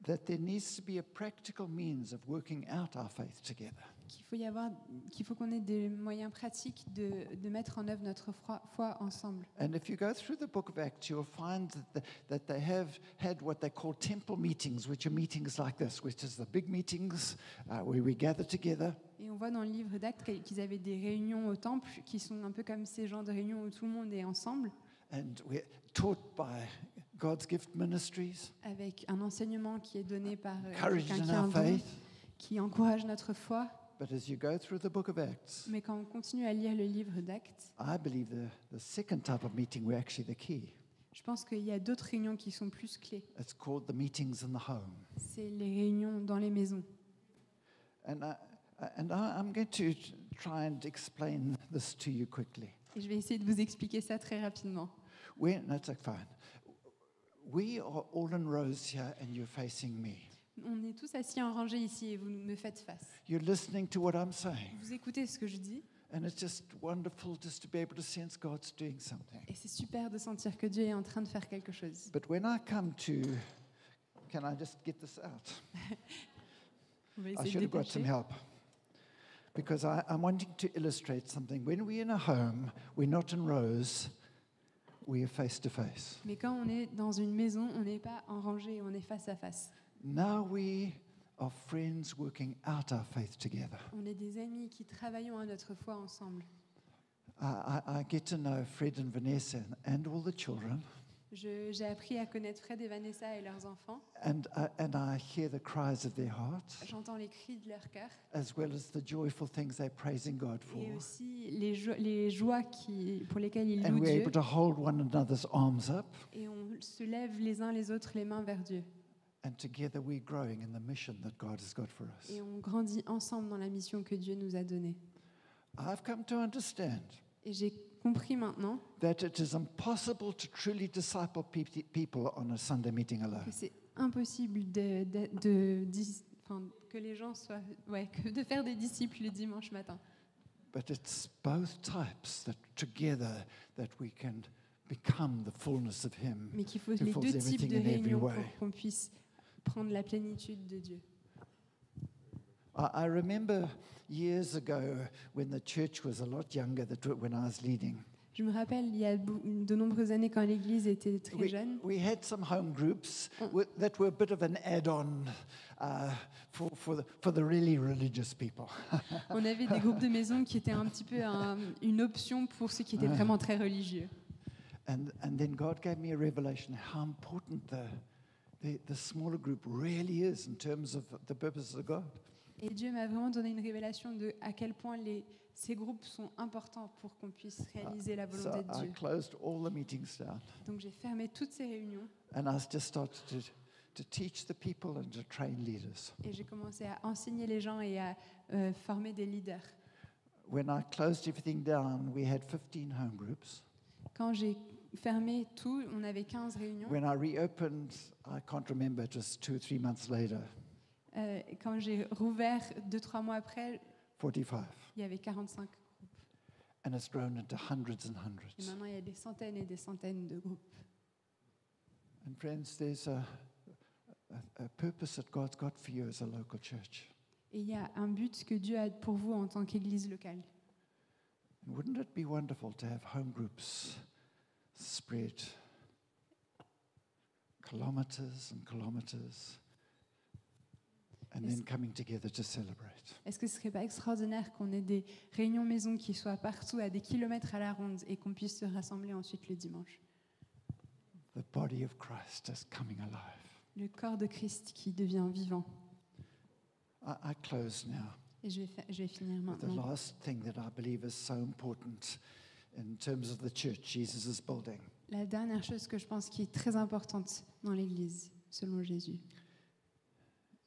that there needs to be a practical means of working out our faith together.
qu'il faut y avoir, qu'il faut qu'on ait des moyens pratiques de, de mettre en œuvre notre foi, foi ensemble.
And if you go through the book of Acts, you'll find that, the, that they have had what they call temple meetings, which are meetings like this, which is the big meetings uh, where we gather together.
Et on voit dans le livre d'Actes qu'a- qu'ils avaient des réunions au temple qui sont un peu comme ces genres de réunions où tout le monde est ensemble,
And we're taught by God's gift ministries,
avec un enseignement qui est donné par euh,
encouraged
quelqu'un
in
qui a un
our
don,
faith.
qui encourage notre foi.
But as you go through the book of Acts,
Mais quand on continue à lire le livre d'Actes,
I believe the, the second type of meeting were actually the key.
je pense qu'il y a d'autres réunions qui sont plus clés.
It's called the meetings in the home.
C'est les réunions dans les maisons.
And, I, and I, I'm going to try and explain this to you quickly.
Et je vais essayer de vous expliquer ça très rapidement.
We're, that's like fine. We are all in rows here, and you're facing me.
On est tous assis en rangée ici et vous me faites face.
You're listening to what I'm saying.
Vous écoutez ce que je dis
And it's just wonderful just to be able to sense God's doing something.
et c'est super de sentir que Dieu est en train de faire quelque chose.
But when I come to, can I just get this out?
On va
I
essayer
should
de
have got some
dépêcher.
help. Because I, I'm wanting to illustrate something. When we're in a home, we're not in rows, we are face to face.
Mais quand on est dans une maison, on n'est pas en rangée, on est face à face.
Now we are friends working out our faith together.
On est des amis qui travaillons à notre foi ensemble.
I, I, I get to know Fred and Vanessa and, and all the children,
Je- J'ai appris à connaître Fred et Vanessa et leurs enfants.
and, I and I hear the cries of their hearts,
J'entends les cris de leur cœur
as well as the joyful things they're praising God for.
et aussi les, jo- les joies qui, pour lesquelles ils
And
louent
we're
Dieu.
able to hold one another's arms up,
Et on se lève les uns les autres les mains vers Dieu.
and together we're growing in the mission that God has got for us.
Et on grandit ensemble dans la mission que Dieu nous a donnée.
I've come to understand
Et j'ai compris maintenant
that it is impossible to truly disciple pe- people on a Sunday meeting
que
alone.
c'est impossible de, de- de dis- enfin, enfin, que les gens soient, ouais, que de faire des disciples le dimanche matin.
But it's both types that together that we can become the fullness of Him.
Mais qu'il faut
He
les
fulfills
deux types de
everything in every
réunions
way.
pour qu'on puisse prendre la plénitude de Dieu.
I, I remember years ago when the church was a lot younger than when I was leading.
Je me rappelle, il y a bou- de nombreuses années, quand l'Église était très
We,
jeune,
we had some home groups wi- that were a bit of an add-on uh, for, for, the, for the really religious people.
on avait des groupes de maison qui étaient un petit peu un- une option pour ceux qui étaient
Ah.
vraiment très religieux.
And, and then God gave me a revelation how important the, the, the smaller group really is in terms of the purposes of God.
Et Dieu m'a vraiment donné une révélation de à quel point les- ces groupes sont importants pour qu'on puisse
Ah,
réaliser la volonté
So
de
I
Dieu.
closed all the meetings down
Donc j'ai fermé toutes ces réunions
and I just started to, to teach the people and to train leaders.
et j'ai commencé à enseigner les gens et à euh, former des leaders.
When I closed everything down, we had 15 home groups.
Quand j'ai fermé tout, on avait 15 réunions.
When I reopened, I can't remember, it was two or three months later,
Euh, et quand j'ai rouvert deux, trois mois après,
45.
il y avait 45 groupes.
And it's grown into hundreds and
Et
hundreds.
maintenant, il y a des centaines et des centaines de groupes.
And friends, there's a, a, a purpose that God's got for you as a local church.
Et il y a un but que Dieu a pour vous en tant qu'Église locale.
And wouldn't it be wonderful to have home groups spread kilometers and kilometers and
Yes.
then coming together to celebrate?
Est-ce que ce serait pas extraordinaire qu'on ait des réunions maison qui soient partout à des kilomètres à la ronde et qu'on puisse se rassembler ensuite le dimanche
The body of Christ is coming alive.
Le corps de Christ qui devient vivant.
I, I close now
Et je vais, fa- je vais finir
with the
maintenant.
last thing that I believe is so important in terms of the church Jesus is building.
La dernière chose que je pense qui est très importante dans l'Église, selon Jésus,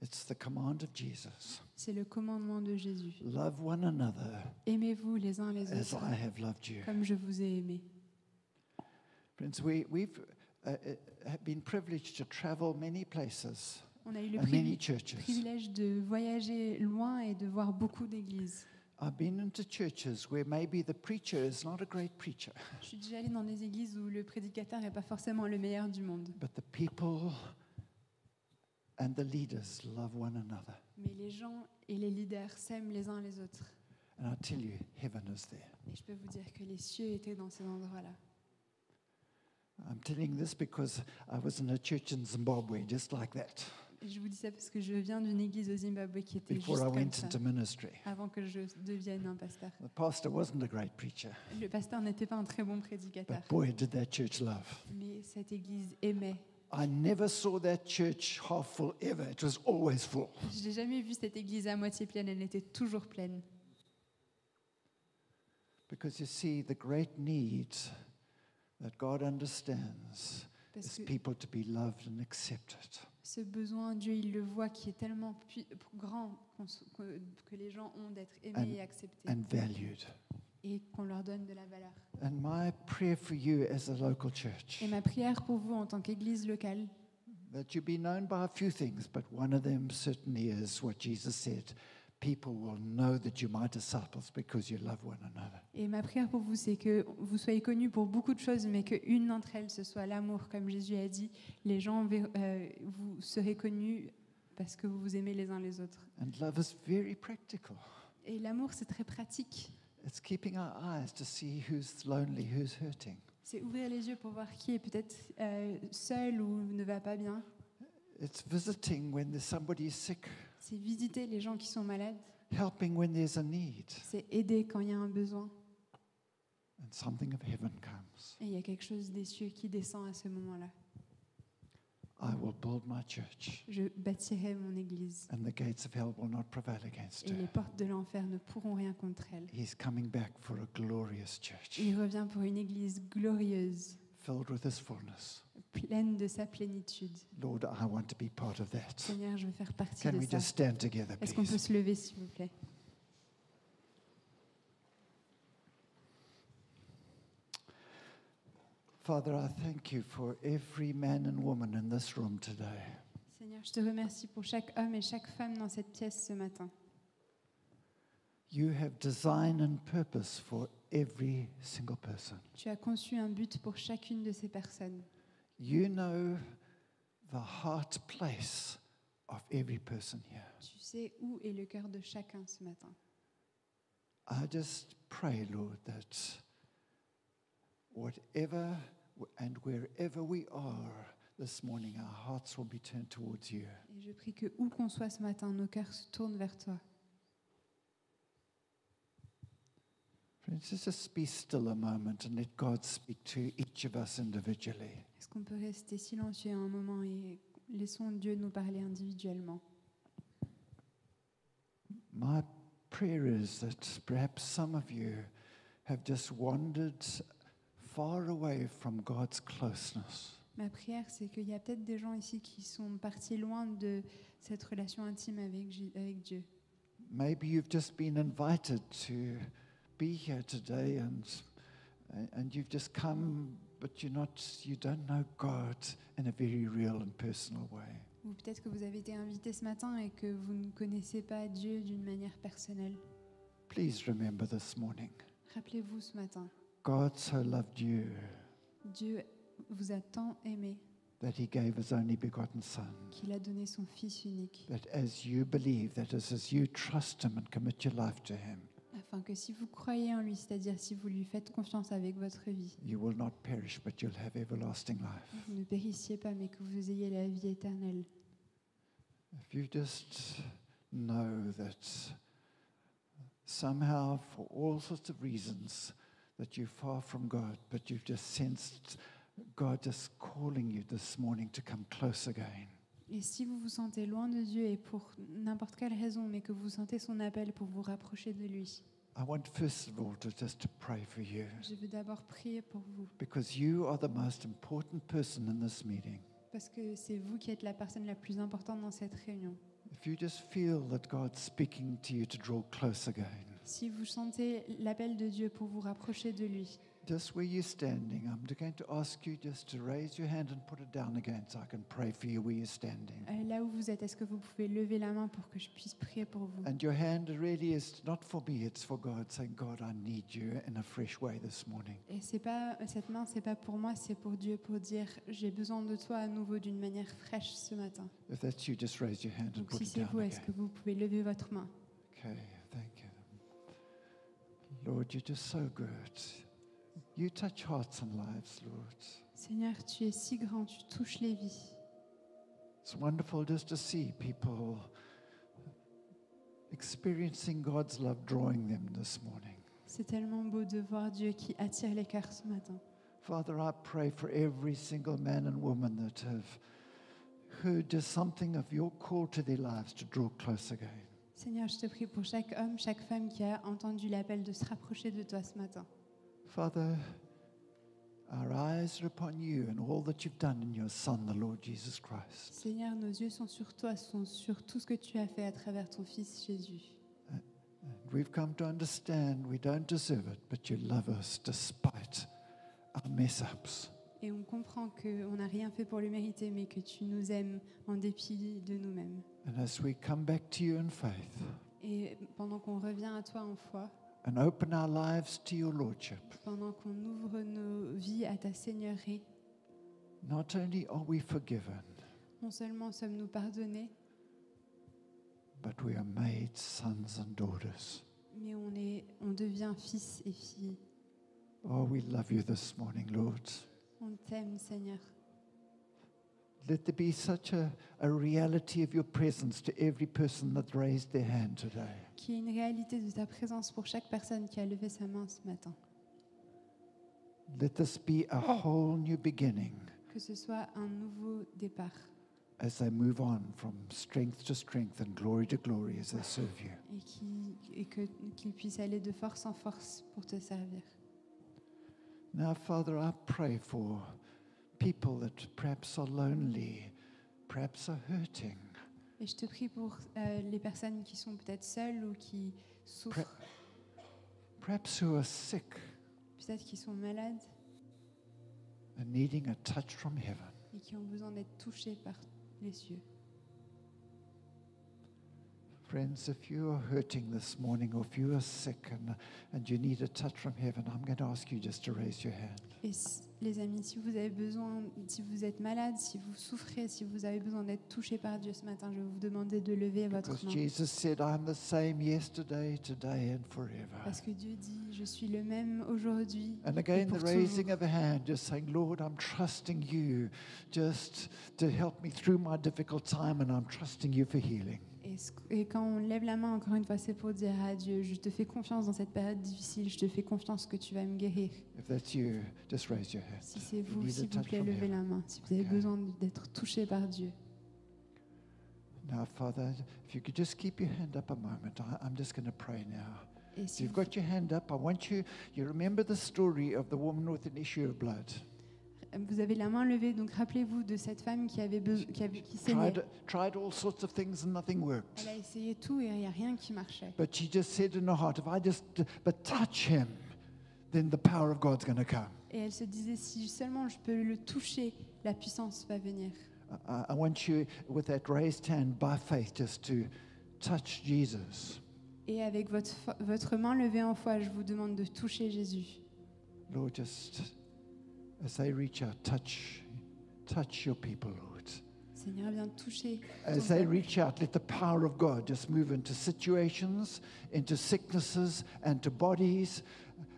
It's the command of Jesus
c'est le commandement de Jésus.
love one another
Aimez-vous les uns les
as
autres
I have loved you.
comme je vous ai aimés.
Friends, we, we've uh, uh, have been privileged to travel many places
On a eu le
and many
privi-
churches.
privilège de voyager loin et de voir beaucoup d'églises.
I've been into churches where maybe the preacher is not a great preacher,
Je suis déjà allée dans des églises où le prédicateur n'est pas forcément le meilleur du monde.
but the people and the leaders love one another.
Mais les gens et les leaders s'aiment les uns les autres.
And I tell you, heaven is there.
Et je peux vous dire que les cieux étaient dans ces endroits-là.
I'm telling this because I was in a church in Zimbabwe just like that
Et je vous dis ça parce que je viens d'une église au Zimbabwe qui était juste
before I
comme
went
ça,
into ministry.
avant que je devienne un pasteur.
The pastor wasn't a great preacher,
Le pasteur n'était pas un très bon prédicateur,
but boy, did that church love.
mais cette église aimait.
I never saw that church half full ever. It was always full.
Je n'ai jamais vu cette église à moitié pleine, elle était toujours pleine.
Because you see, the great need that God understands
Parce
is
que
people to be loved and accepted.
ce besoin, Dieu, il le voit, qui est tellement pui- grand qu'on se- que, que les gens ont d'être
And-
aimés et acceptés
and valued.
et qu'on leur donne de la valeur.
And my prayer for you as a local church
Et ma prière pour vous en tant qu'église locale,
that you be known by a few things, but one of them certainly is what Jesus said people will know that you're my disciples because you love one another.
et ma prière pour vous, c'est que vous soyez connus pour beaucoup de choses, mais qu'une d'entre elles, ce soit l'amour, comme Jésus a dit, les gens, ver- euh, vous serez connus parce que vous vous aimez les uns les autres.
And love is very practical.
Et l'amour, c'est très pratique.
It's keeping our eyes to see who's lonely, who's hurting.
C'est ouvrir les yeux pour voir qui est peut-être euh, seul ou ne va pas bien.
It's visiting when there's somebody sick,
C'est visiter les gens qui sont malades.
helping when there's a need,
C'est aider quand il y a un besoin.
and something of heaven comes.
Et il y a quelque chose des cieux qui descend à ce moment-là.
I will build my church,
Je bâtirai mon église.
and the gates of hell will not prevail against
Et
her.
les portes de l'enfer ne pourront rien contre elle.
He's coming back for a glorious church,
Il revient pour une église glorieuse,
filled with his fullness.
pleine de sa plénitude.
Lord, I want to be part of that.
Seigneur, je veux faire partie
Can we
de ça.
just stand together,
Est-ce qu'on peut
please?
se lever, s'il vous plaît
Father, I thank you for every man and woman in this room today.
Seigneur, je te remercie pour chaque homme et chaque femme dans cette pièce ce matin.
You have design and purpose for every single person.
Tu as conçu un but pour chacune de ces personnes.
You know the heart place of every person here.
Tu sais où est le cœur de chacun ce matin.
I just pray, Lord, that whatever and wherever we are this morning, our hearts will be turned towards you.
Et je prie que où qu'on soit ce matin, nos cœurs se tournent vers toi.
Friends, let's just be still a moment and let God speak to each of us individually.
Est-ce qu'on peut rester silencieux un moment et laissons Dieu nous parler individuellement
My prayer is that perhaps some of you have just wandered far away from God's closeness.
Ma prière, c'est qu'il y a peut-être des gens ici qui sont partis loin de cette relation intime avec, J- avec Dieu.
Maybe you've just been invited to be here today and and you've just come but you're not you don't know God in a very real and personal way.
Ou peut-être que vous avez été invité ce matin et que vous ne connaissez pas Dieu d'une manière personnelle.
Please remember this morning.
Rappelez-vous ce matin,
God so loved you
Dieu vous a tant aimé
that he gave his only begotten son.
qu'il a donné son Fils unique,
That as you believe, that is as you trust him and commit your life to him,
afin que si vous croyez en lui, c'est-à-dire si vous lui faites confiance avec votre vie,
you will not perish but you'll have everlasting life.
vous ne périssiez pas, mais que vous ayez la vie éternelle.
If you just know that somehow, for all sorts of reasons, that you're far from God, but you've just sensed God just calling you this morning to come close again,
Et si vous vous sentez loin de Dieu et pour n'importe quelle raison, mais que vous sentez son appel pour vous rapprocher de lui,
I want first of all to just to pray for you
je veux d'abord prier pour vous,
because you are the most important person in this meeting.
parce que c'est vous qui êtes la personne la plus importante dans cette réunion.
If you just feel that God's speaking to you to draw close again,
Si vous sentez l'appel de Dieu pour vous rapprocher de lui,
Just where you're standing, I'm going to ask you just to raise your hand and put it down again so I can pray for you where you're standing.
euh, là où vous êtes, est-ce que vous pouvez lever la main pour que je puisse prier pour vous
And your hand really is not for me, it's for God, saying, God, I need you in a fresh way this morning.
Et c'est pas cette main, c'est pas pour moi, c'est pour Dieu pour dire j'ai besoin de toi à nouveau d'une manière fraîche ce matin.
If that's you, just raise your hand and
Donc
put
si
it
c'est
down
vous, est-ce
again.
que vous pouvez lever votre main
Okay, thank you. Lord, you're just so good. You touch hearts and lives, Lord.
Seigneur, tu es si grand, tu touches les vies.
It's wonderful just to see people experiencing God's love drawing them this morning.
C'est tellement beau de voir Dieu qui attire les cœurs ce matin.
Father, I pray for every single man and woman that have heard just something of your call to their lives to draw close again.
Seigneur, je te prie pour chaque homme, chaque femme qui a entendu l'appel de se rapprocher de toi ce matin.
Father, our eyes are upon you and all that you've done in your Son, the Lord Jesus Christ.
Seigneur, nos yeux sont sur toi, sont sur tout ce que tu as fait à travers ton Fils Jésus.
And we've come to understand we don't deserve it, but you love us despite our mess ups.
Et on comprend qu'on n'a rien fait pour le mériter, mais que tu nous aimes en dépit de nous-mêmes.
And as we come back to you in faith
Et pendant qu'on revient à toi en foi,
and open our lives to your Lordship,
pendant qu'on ouvre nos vies à ta Seigneurie,
not only are we forgiven,
non seulement sommes-nous pardonnés,
but we are made sons and daughters.
mais on, est, on devient fils et fille.
Oh, we love you this morning, Lord.
On t'aime, Seigneur.
Let there be such a, a reality of your presence to every person that raised their hand today.
Qu'il y ait une réalité de ta présence pour chaque personne qui a levé sa main ce matin.
Let this be a whole new beginning
Que ce soit un nouveau départ
as they move on from strength to strength and glory to glory as they serve you.
et qui- et que- qu'ils puissent aller de force en force pour te servir.
Now, Father, I pray for people that perhaps are lonely, perhaps are hurting,
Et je te prie pour euh, les personnes qui sont peut-être seules ou qui souffrent,
perhaps who are sick
peut-être qui sont malades
and needing a touch from heaven.
et qui ont besoin d'être touchées par les cieux.
Friends, if you are hurting this morning or if you are sick and, and you need a touch from heaven, I'm going to ask you just to raise your hand.
Et s- les amis, si vous avez besoin, si vous êtes malade, si vous souffrez, si vous avez besoin d'être touché par Dieu ce matin, je vais vous demander de lever
Because
votre main.
Jesus said, I'm the same yesterday, today, and forever.
Parce que Dieu dit, je suis le même aujourd'hui.
And
et
again, the
pour
raising
toujours.
of a hand, just saying, Lord, I'm trusting you just to help me through my difficult time, and I'm trusting you for healing.
Et, ce- et quand on lève la main, encore une fois, c'est pour dire à Dieu, je te fais confiance dans cette période difficile, je te fais confiance que tu vas me guérir.
If that's you, just raise your hand.
Si c'est
You
vous,
need a
s'il vous
touch
plaît,
from
levez
heaven.
la main. Si vous avez
Okay.
besoin d'être touché par Dieu.
Now, Father, if you could just keep your hand up a moment, I, I'm just going to pray now.
Et
So
si
you've
vous-
got your hand up. I want you, you remember the story of the woman with an issue of blood.
vous avez la main levée, donc rappelez-vous de cette femme qui avait besoin, qui, avait- qui saignait.
Tried, tried all sorts of things and nothing worked.
Elle a essayé tout et il n'y a rien qui marchait.
But she just said in her heart, if I just but touch him, then the power of God's going to come.
Et elle se disait, si seulement je peux le toucher, la puissance va venir.
I- I, I want you, with that raised hand by faith, just to touch Jesus.
Et avec votre, fo- votre main levée en foi, je vous demande de toucher Jésus.
Lord, just as they reach out, touch, touch your people, Lord.
Seigneur, viens toucher.
As
ton
they
peuple.
reach out, let the power of God just move into situations, into sicknesses, and to bodies,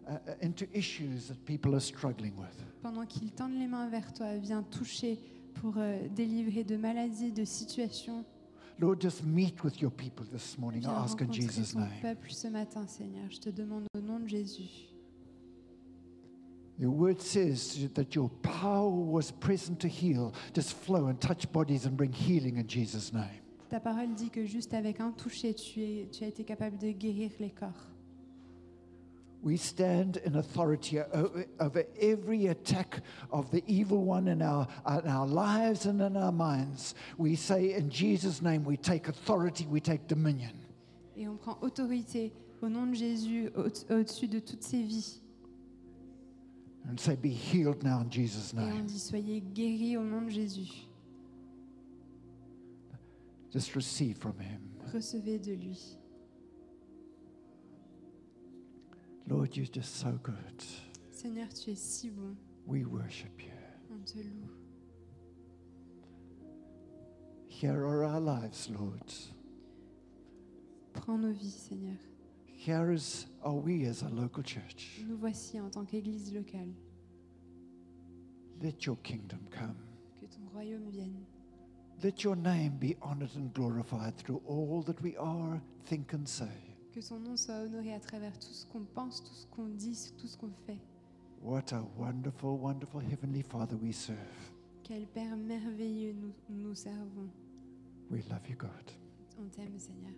uh, uh, into issues that people are struggling with.
Pendant qu'ils tendent les mains vers toi, viens toucher pour euh, délivrer de maladies, de situations.
Lord, just meet with your people this morning. I
Viens
ask in
rencontrer
Jesus'
ton
name.
peuple ce matin, Seigneur. Je te demande au nom de Jésus.
Your word says that your power was present to heal. Just flow and touch bodies and bring healing in Jesus' name.
Ta parole dit que juste avec un toucher, tu, es- tu as été capable de guérir les corps.
We stand in authority o- over every attack of the evil one in our, in our lives and in our minds. We say, in Jesus' name, we take authority, we take dominion.
Et on prend autorité au nom de Jésus au- au-dessus de toutes ces vies.
And say, be healed now in Jesus'
Et on
name.
dit soyez guéris au nom de Jésus.
Just receive from him.
Recevez de lui.
Lord, you're just so good.
Seigneur, tu es si bon.
We worship you.
On te loue.
Here are our lives, Lord.
Prends nos vies, Seigneur.
Here is, are we as a local church.
Nous voici en tant qu'Église locale.
Let your kingdom come.
Que ton royaume vienne.
Let your name be honored and glorified through all that we are, think, and say.
Que son nom soit honoré à travers tout ce qu'on pense, tout ce qu'on dit, tout ce qu'on fait.
What a wonderful, wonderful Heavenly Father we serve.
Quel Père merveilleux nous, nous servons.
We love you, God.
On t'aime, Seigneur.